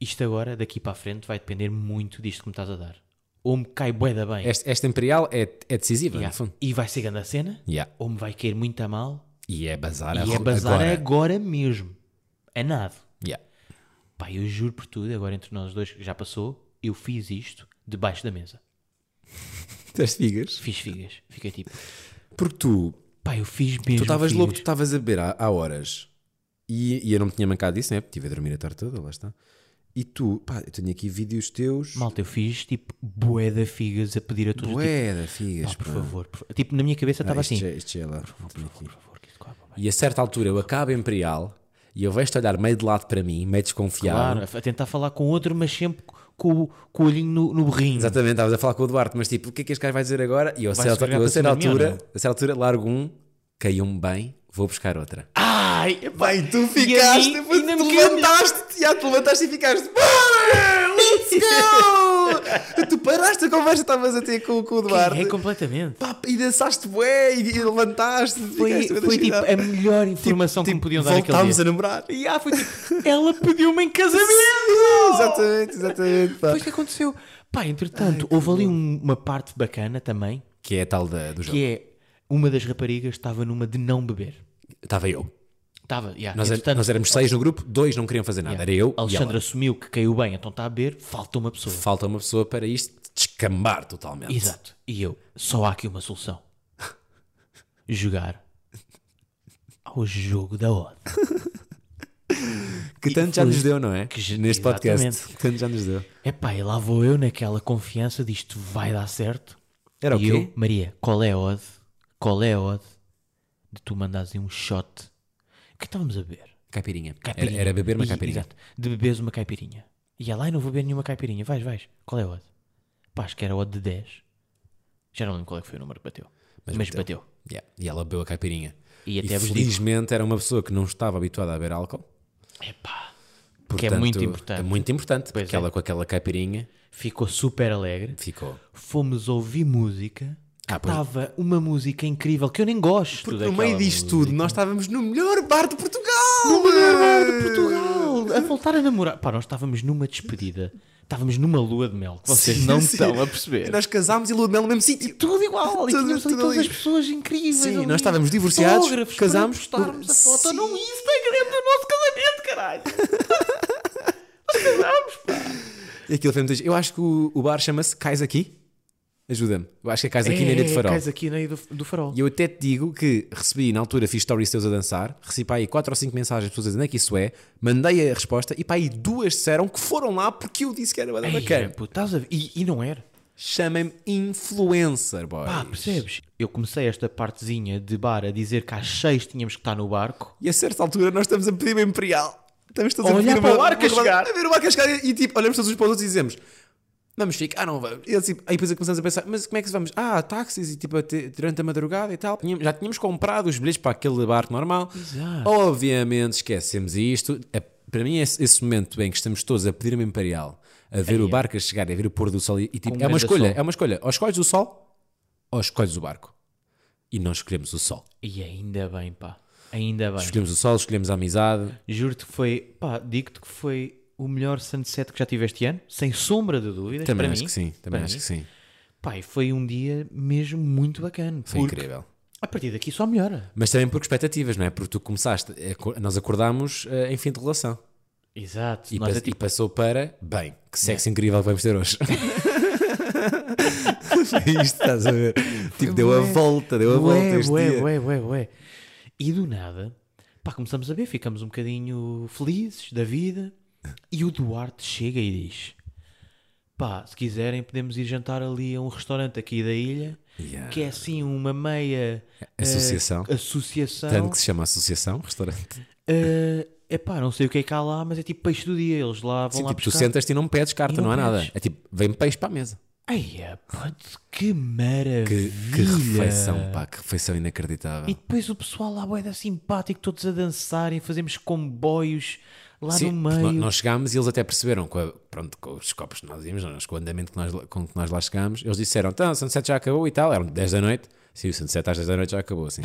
Isto agora, daqui para a frente, vai depender muito disto que me estás a dar. Ou me cai boeda bem Esta, esta Imperial é, é decisiva, yeah, no fundo. e vai ser grande a cena, Yeah. ou me vai cair muito a mal, E é bazar E a- é bazar agora. agora. mesmo. A nada. Yeah. Pá, eu juro por tudo, agora entre nós dois que já passou, eu fiz isto debaixo da mesa. Das figas. Fiz figas. Fiquei tipo, Porque tu, pá, eu fiz mesmo. tu estavas figas. louco, tu estavas a beber há, há horas. E, e eu não me tinha mancado disso, né? Porque Estive a dormir a tarde toda, lá está. E tu, pá, eu tenho aqui vídeos teus. Malta, eu fiz tipo bué da figas a pedir a todos. tipo, Bué da figas, pá, por pá. favor. por fa- Tipo, na minha cabeça estava Ah, isto assim. já- isto já é lá. Tenho aqui. Por favor, que isso corra bem. E a certa altura eu acabo Imperial e eu vejo-te olhar meio de lado para mim, meio desconfiado. Claro, a tentar falar com outro, mas sempre com, o- com o olhinho no, no berrinho. Exatamente, estavas a falar com o Duarte, mas tipo, o que é que este gajo vai dizer agora? E eu, a Vai-se certa, virar eu, a para certa cima de mim ou altura, a certa altura largo um, caiu-me bem, vou buscar outra. Ai, é epá, Bem, tu ficaste, E a mim, mas ainda tu me queres- levantaste, já te levantaste e ficaste, let's (laughs) go! tu paraste a conversa que estavas a ter com, o Duarte. é completamente. e dançaste bué, e, levantaste. Foi, foi tipo a melhor informação que me podiam dar aquele Tipo, Voltámos dia. a namorar. E ah, foi tipo, Ela pediu-me em casamento. (laughs) exatamente, exatamente. pá. Depois o que aconteceu? Pá, entretanto, houve ali um- uma parte bacana também, Que é a tal da, do jogo. que é uma das raparigas estava numa de não beber. Estava eu. Estava, yeah. Nós, é- entretanto, nós éramos seis no grupo, dois não queriam fazer nada. Era eu Alexandre e ela. assumiu que caiu bem, então está a beber, falta uma pessoa. Falta uma pessoa para isto descambar totalmente. Exato. E eu, só há aqui uma (laughs) solução: jogar ao jogo da odd. Que tanto já nos deu, não é? Que ge- Neste podcast. exatamente. Que tanto já nos deu. Epá, e lá vou eu naquela confiança disto vai dar certo. Era o e eu, quê? Maria, qual é a odd? Qual é a odd de tu mandares aí um shot? O que estávamos a beber? Caipirinha. Caipirinha. Era, era beber uma E- caipirinha. Exato. De beberes uma caipirinha. E ela, ai, não vou beber nenhuma caipirinha. Vais, vais. Qual é a odd? Pá, acho que era a odd de 10. Já não lembro qual é que foi o número que bateu. Mas, bateu. Yeah. E ela bebeu a caipirinha. E E até vos digo, felizmente era uma pessoa que não estava habituada a beber álcool. epá, Portanto, Que é muito importante. É muito importante. Pois porque é. ela com aquela caipirinha ficou super alegre. ficou. Fomos ouvir música. Ah, pois- Estava uma música incrível que eu nem gosto. No daquela meio disto música. tudo, é nós estávamos no melhor bar de Portugal! No melhor bar de Portugal! A voltar a namorar. Pá, nós estávamos numa despedida. Estávamos numa lua de mel que vocês Sim, não sim. estão a perceber. Nós casámos e lua de mel no mesmo sítio. Tudo igual. E Tudo- tínhamos ali tudo todas ali. as pessoas incríveis. Sim, ali. nós estávamos divorciados, Fotógrafos casámos. Para postarmos a foto Sim. no Instagram do nosso casamento, caralho. E aquilo foi muito giro. Eu acho que o, o bar chama-se Cais Aqui. Ajuda-me. Eu acho que é Cais Aqui na Ilha de Farol. Cais aqui na Ilha do, do Farol. E eu até te digo que recebi, na altura fiz stories teus a dançar, recebi para aí 4 ou 5 mensagens de pessoas a dizer onde é que isso é, mandei a resposta e para aí duas disseram que foram lá porque eu disse que era Ei, bacana. puto, estás a ver? E, e não era. Chamem-me influencer, boy. Pá, percebes? Eu comecei esta partezinha de bar a dizer que às seis tínhamos que estar no barco. E a certa altura nós estamos a pedir uma Imperial. Estamos todos Olhar a pedir para uma, o arco a uma- chegar. A ver o arco a chegar e, e, tipo, olhamos todos uns para os outros e dizemos. Vamos ficar, ah não vamos. E, assim, aí depois começamos a pensar, mas como é que vamos? Ah, táxis e tipo a te- durante a madrugada e tal. Tínhamos- já tínhamos comprado os bilhetes para aquele barco normal. Exato. Obviamente esquecemos isto. É- para mim, esse, esse momento em que estamos todos a pedir uma Imperial, a ver o barco a chegar, a ver o pôr do sol e, e, tipo, é. Com é uma grande escolha, sol. é uma escolha. Ou escolhes o sol ou escolhes o barco. E nós escolhemos o sol. E ainda bem, pá. Ainda bem. Escolhemos o sol, escolhemos a amizade. Juro-te que foi, pá, digo-te que foi o melhor sunset que já tive este ano, sem sombra de dúvidas. Também para acho mim, que sim, também para acho mim. que sim. Pá, e foi um dia mesmo muito bacana. Foi porque incrível. A partir daqui só melhora. Mas também por expectativas, não é? Porque tu começaste, é, co- nós acordámos eh, em fim de relação. Exato. E, Nós pa- é e tipo, passou para, bem, que sexo incrível que vamos (laughs) ter hoje. Foi isto, estás a ver? Tipo, deu a volta, deu a volta ué, este ué, dia. ué, ué, ué. E do nada, pá, começamos a ver, ficamos um bocadinho felizes da vida. E o Duarte chega e diz: pá, se quiserem, podemos ir jantar ali a um restaurante aqui da ilha, Yeah. que é assim uma meia eh, Associação. associação. Tanto que se chama associação, restaurante. É epá, não sei o que é que há lá, mas é tipo peixe do dia. Eles lá vão Sim, lá tipo, tu buscar. sentas-te e não pedes carta, E não não, há nada. pedes. É tipo, vem peixe para a mesa. Ai, é, puto, que Que, maravilha. que refeição, pá, que refeição inacreditável. E depois o pessoal lá boeda simpático, todos a dançarem, fazemos comboios lá Sim, no porque meio. nó- Nós chegámos e eles até perceberam com, a- pronto, com os copos que nós íamos, nós, com o andamento que nós, lá- com que nós lá chegámos. Eles disseram: então, o sunset já acabou e tal. Eram 10 da noite. Sim, o sunset às 10 da noite já acabou, (laughs) assim.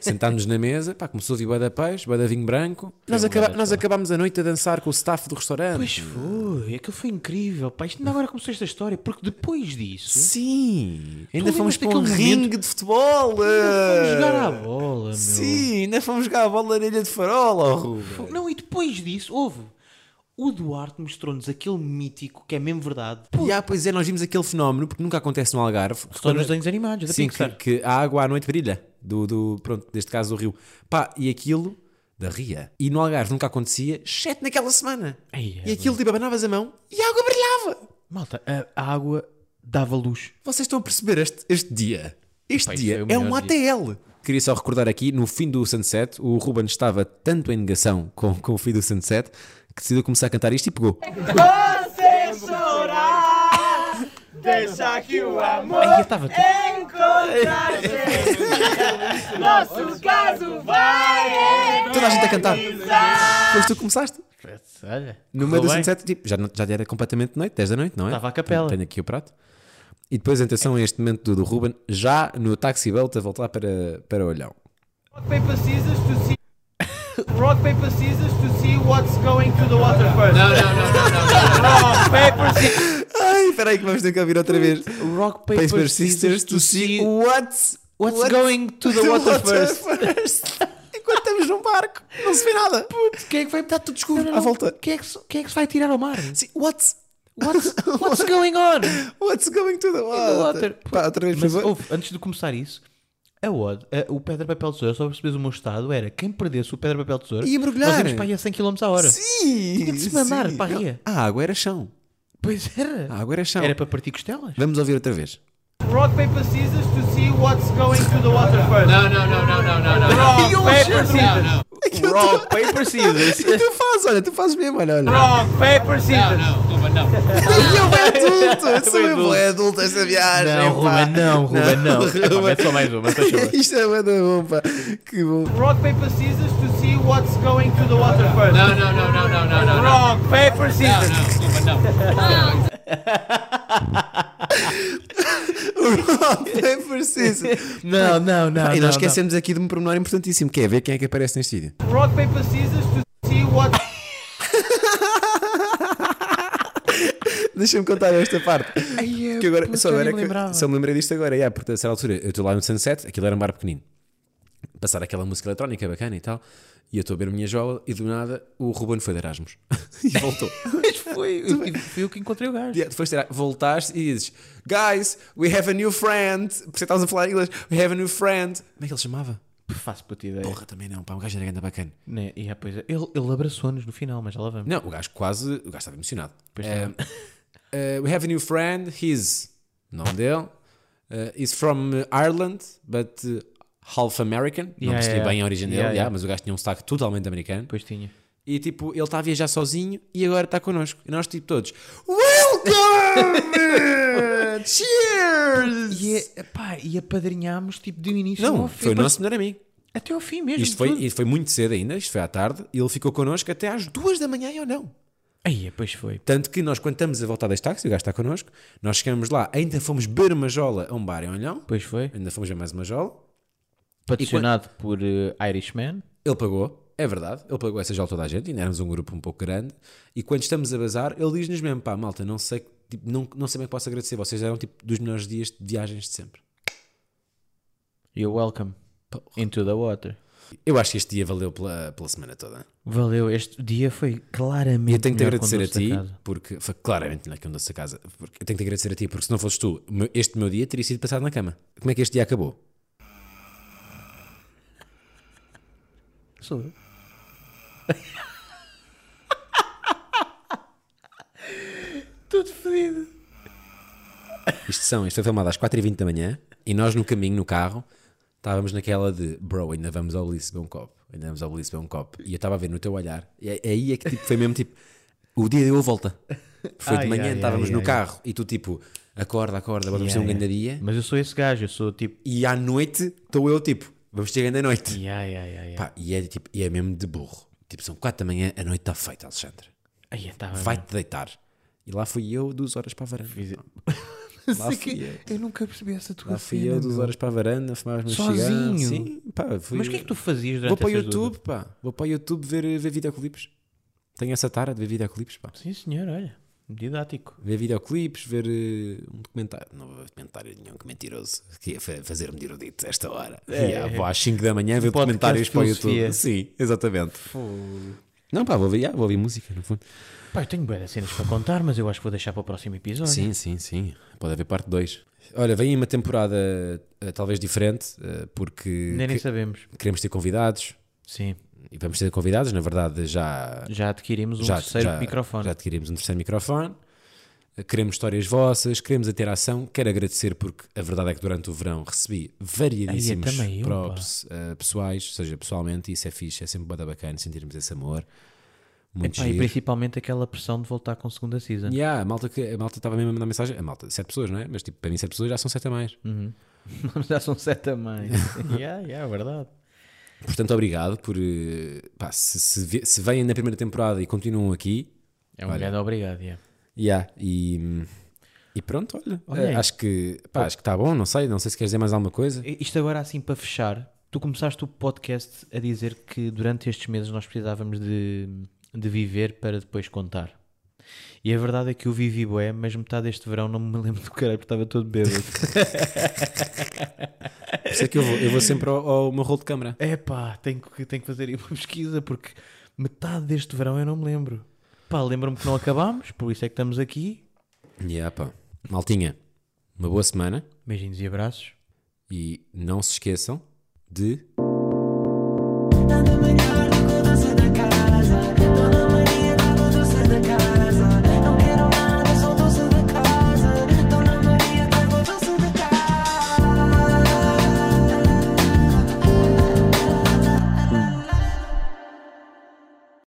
Sentámos na mesa, pá, começou a vir bué da peixe, bué da vinho branco. Nós, acaba- nós acabámos a noite a dançar com o staff do restaurante. Pois foi, aquilo foi incrível, pá. Isto ainda agora começou esta história, porque depois disso. Sim, ainda Tu lembras fomos para um daquele ringue momento? de futebol. Vamos eh. jogar à bola, meu. Sim, ainda fomos jogar a bola na ilha de Farola, oh, Ruben. Não, e depois disso, houve. O Duarte mostrou-nos aquele mítico que é mesmo verdade. Pô, E ah, pois é, nós vimos aquele fenómeno, porque nunca acontece no Algarve. Só nos desenhos animados, da Sim, que, Pixar. que a água à noite brilha, do, do, pronto, neste caso do rio. Pá, e aquilo da Ria. E no Algarve nunca acontecia, exceto naquela semana. Ai, é e aquilo, tipo, abanavas a mão e a água brilhava. Malta, a, a água dava luz. Vocês estão a perceber este, este dia? Este Epá, isto dia foi o melhor é um ATL. Queria só recordar aqui, no fim do Sunset, o Ruben estava tanto em negação com, com o fim do Sunset que decidiu começar a cantar isto e pegou. Deixa que o amor Ai, eu É. tipo, estava. nosso caso vai Toda a gente a cantar. Depois tu começaste. Olha. No meio do sunset, tipo, já, não- já era completamente noite, 10 da noite, não é? Estava à capela. Tenho aqui o prato. E depois, atenção a este momento do, do Ruben, já no Taxi Belt a voltar para, para o Olhão. Rock paper scissors to see Rock paper scissors to see what's going to the water first No, no, no, no, no, Rock paper scissors Ai, espera aí que vamos ter que ouvir outra vez. Rock, paper, Paper Sisters to see what's, What's going to (laughs) the water first? Enquanto estamos num barco, não se vê nada. Quem é que vai estar tudo escuro à volta? Quem é, que, se- quem é que se vai tirar ao (laughs) mar? Sim, what's, (laughs) What's, what's going on? what's going to the water? water. Pá, outra vez, por Mas favor. ouve, antes de começar isso, a Odd, a- o Pedra Papel Tesoura, só percebes o meu estado, era quem perdesse o Pedra Papel Tesoura Ia mergulhar. Nós íamos para aí a 100 km à hora. Sim! Tinha de se mandar sim. para a ria. A água era chão. Pois era. A água era chão. Era para partir costelas. Vamos ouvir outra vez. Rock paper scissors to see what's going to the water first No, no, no, no, no, no, no Rock paper scissors Rock, paper, E scissors. tu fazes, olha, tu fazes mesmo, olha, olha. Rock paper scissors E eu é adulto, (laughs) eu sou Foi eu adulto. é adulto esta (laughs) viagem. Não, assim, pá. Ruben, não, Ruben, não. Epá, mete só mais uma, faz (laughs) favor. Isto é muito bom, pá. (laughs) Que bom. Rock paper scissors to see what's going to the water first No, no, no, no, no, no, no Rock paper scissors Rock, paper, scissors. Não, não, não. E não, nós esquecemos aqui de um pormenor importantíssimo, que é ver quem é que aparece neste vídeo. (laughs) Rock paper scissors to see what's Deixa-me contar esta parte. Ai, é, Que agora, puta, só, eu agora nem que- lembrava. só me lembrei disto agora, yeah, porque a certa altura eu estou lá no Sunset, aquilo era um bar pequenino. Passar aquela música eletrónica bacana e tal, e eu estou a ver a minha jola e do nada o Ruben foi de Erasmus. (laughs) e voltou. Mas foi, eu, eu- fui eu que encontrei o gajo. Yeah, depois terá, voltaste e dizes Guys, we have a new friend. Porque estavas a falar inglês. We have a new friend. Como é que ele chamava? Faço puta ideia. Porra, também não. Pá, o gajo era grande bacana. Né? E, ah, pois é. ele, ele abraçou-nos no final, mas já lá vamos. Não, o gajo quase. O gajo estava emocionado. Pois Eh, eh, we have a new friend. He's. Nome dele. eh, he's from eh, Ireland, but eh, half American. Não Yeah, percebi yeah. bem a origem dele, Yeah, yeah, yeah. mas o gajo tinha um sotaque totalmente americano. Depois tinha. E tipo, ele está a viajar sozinho e agora está connosco. E nós, tipo, todos. (laughs) Welcome! Cheers! E, é- pá, e apadrinhámos tipo do início Não, ao fim, foi o pá, nosso melhor amigo. até ao fim mesmo. Isto foi, tudo. isto foi muito cedo ainda, isto foi à tarde, e ele ficou connosco até às duas da manhã, ou não? Aí, é, pois foi. Tanto que nós, quando estamos a voltar das táxi, o gajo está connosco, nós chegamos lá, ainda fomos beber uma jola a um bar em Olhão, Pois foi. ainda fomos ver mais uma jola, Patrocinado por eh, Irishman. ele pagou, é verdade, ele pagou essa jola toda a gente, ainda éramos um grupo um pouco grande, e quando estamos a bazar, ele diz-nos mesmo, pá, malta, não sei, tipo, não, não sei bem que posso agradecer, vocês eram tipo dos melhores dias de viagens de sempre. You're welcome into the water. Eu acho que este dia valeu pela, pela semana toda. Valeu, este dia foi claramente. Eu tenho que te melhor agradecer a conduzir ti, da casa. porque foi claramente melhor que um doce da casa. Porque, eu tenho que te agradecer a ti, porque se não fosses tu, o meu- este meu dia teria sido passado na cama. Como é que este dia acabou? Sou eu. Tudo fedido. Isto são, isto foi filmado às 4h20 da manhã e nós no caminho, no carro, estávamos naquela de bro, ainda vamos ao Ulisses beber um copo, ainda vamos ao Ulisses beber um copo. E eu estava a ver no teu olhar, e é- aí é que tipo, foi mesmo tipo, o dia deu a volta. Foi de Ai, manhã, ai, estávamos ai, no ai. carro e tu tipo, acorda, acorda, vamos Yeah, ter um yeah. grande dia. Mas eu sou esse gajo, eu sou tipo. E à noite estou eu tipo, vamos ter grande noite. Yeah, yeah, yeah, yeah. Pá, e é, tipo, e é mesmo de burro. Tipo, são 4 da manhã, a noite está feita, Alexandre. Ai, eu tava- (laughs) Vai-te deitar. E lá fui eu, duas horas para a varanda. Ah, é Fiz- Não sei fui que- eu. eu nunca percebi essa tua Lá fui cena. eu, duas meu. horas para a varanda, fumava os meus Sozinho? cigarros. Sim, pá, fui- Mas o que é que tu fazias durante Vou para o essas duas YouTube, pá. Vou para o YouTube ver, ver videoclipes. Tenho essa tara de ver videoclipes, pá. horas? Sim, senhor, olha. Didático. Ver videoclipes, ver eh, um documentário. Não vou ver documentário nenhum, que mentiroso. Que ia fa- fazer-me erudito a esta hora. E, ah, vou às 5 da manhã ver podcast documentários para o YouTube. filosofia. Sim, exatamente. Não, pá, vou ver, ah, vou ouvir música, no fundo. Pá, eu tenho boas cenas para contar, mas eu acho que vou deixar para o próximo episódio. Sim, sim, sim. Pode haver parte 2. Olha, vem aí uma temporada eh, talvez diferente, eh, porque Ainda nem que- sabemos. queremos ter convidados. Sim. E vamos ter convidados, na verdade, já, Já adquirimos um já, terceiro já- microfone. já adquirimos um terceiro microfone. Queremos histórias vossas, queremos interação. Quero agradecer porque a verdade é que durante o verão recebi variadíssimos Aí, também eu, props eh, pessoais, ou seja, pessoalmente, e isso é fixe, é sempre bué da bacana sentirmos esse amor. Muito Pá, e É giro. principalmente aquela pressão de voltar com segunda season. Yeah, a malta que- a malta estava mesmo a mandar mensagem, a malta, sete pessoas, não é? Mas tipo, para mim, sete pessoas já são sete a mais. Hum. (laughs) Já são sete a (laughs) mais. (laughs) yeah, yeah, é verdade. Portanto, obrigado por. eh, pá, se, se, vi- se vêm na primeira temporada e continuam aqui, É um Olha. grande obrigado. yeah. Yeah, e, e pronto, olha. eh, Olha aí. acho que pá, acho que está bom, não sei, não sei se queres dizer mais alguma coisa. I- Isto agora, assim, para fechar, tu começaste o podcast a dizer que durante estes meses nós precisávamos de, de viver para depois contar. E a verdade é que eu vivi bué, mas metade deste verão não me (laughs) lembro do caralho porque estava todo bêbado. (laughs) Por isso é que eu vou, eu vou sempre ao, ao meu rolo de câmara. é pá, tenho que, tenho que fazer aí uma pesquisa porque metade deste verão eu não me lembro. Pá, lembro-me que não acabámos, por isso é que estamos aqui. Yeah, pá. Maltinha, uma boa semana Beijinhos e abraços. e não se esqueçam de Dando-me a cara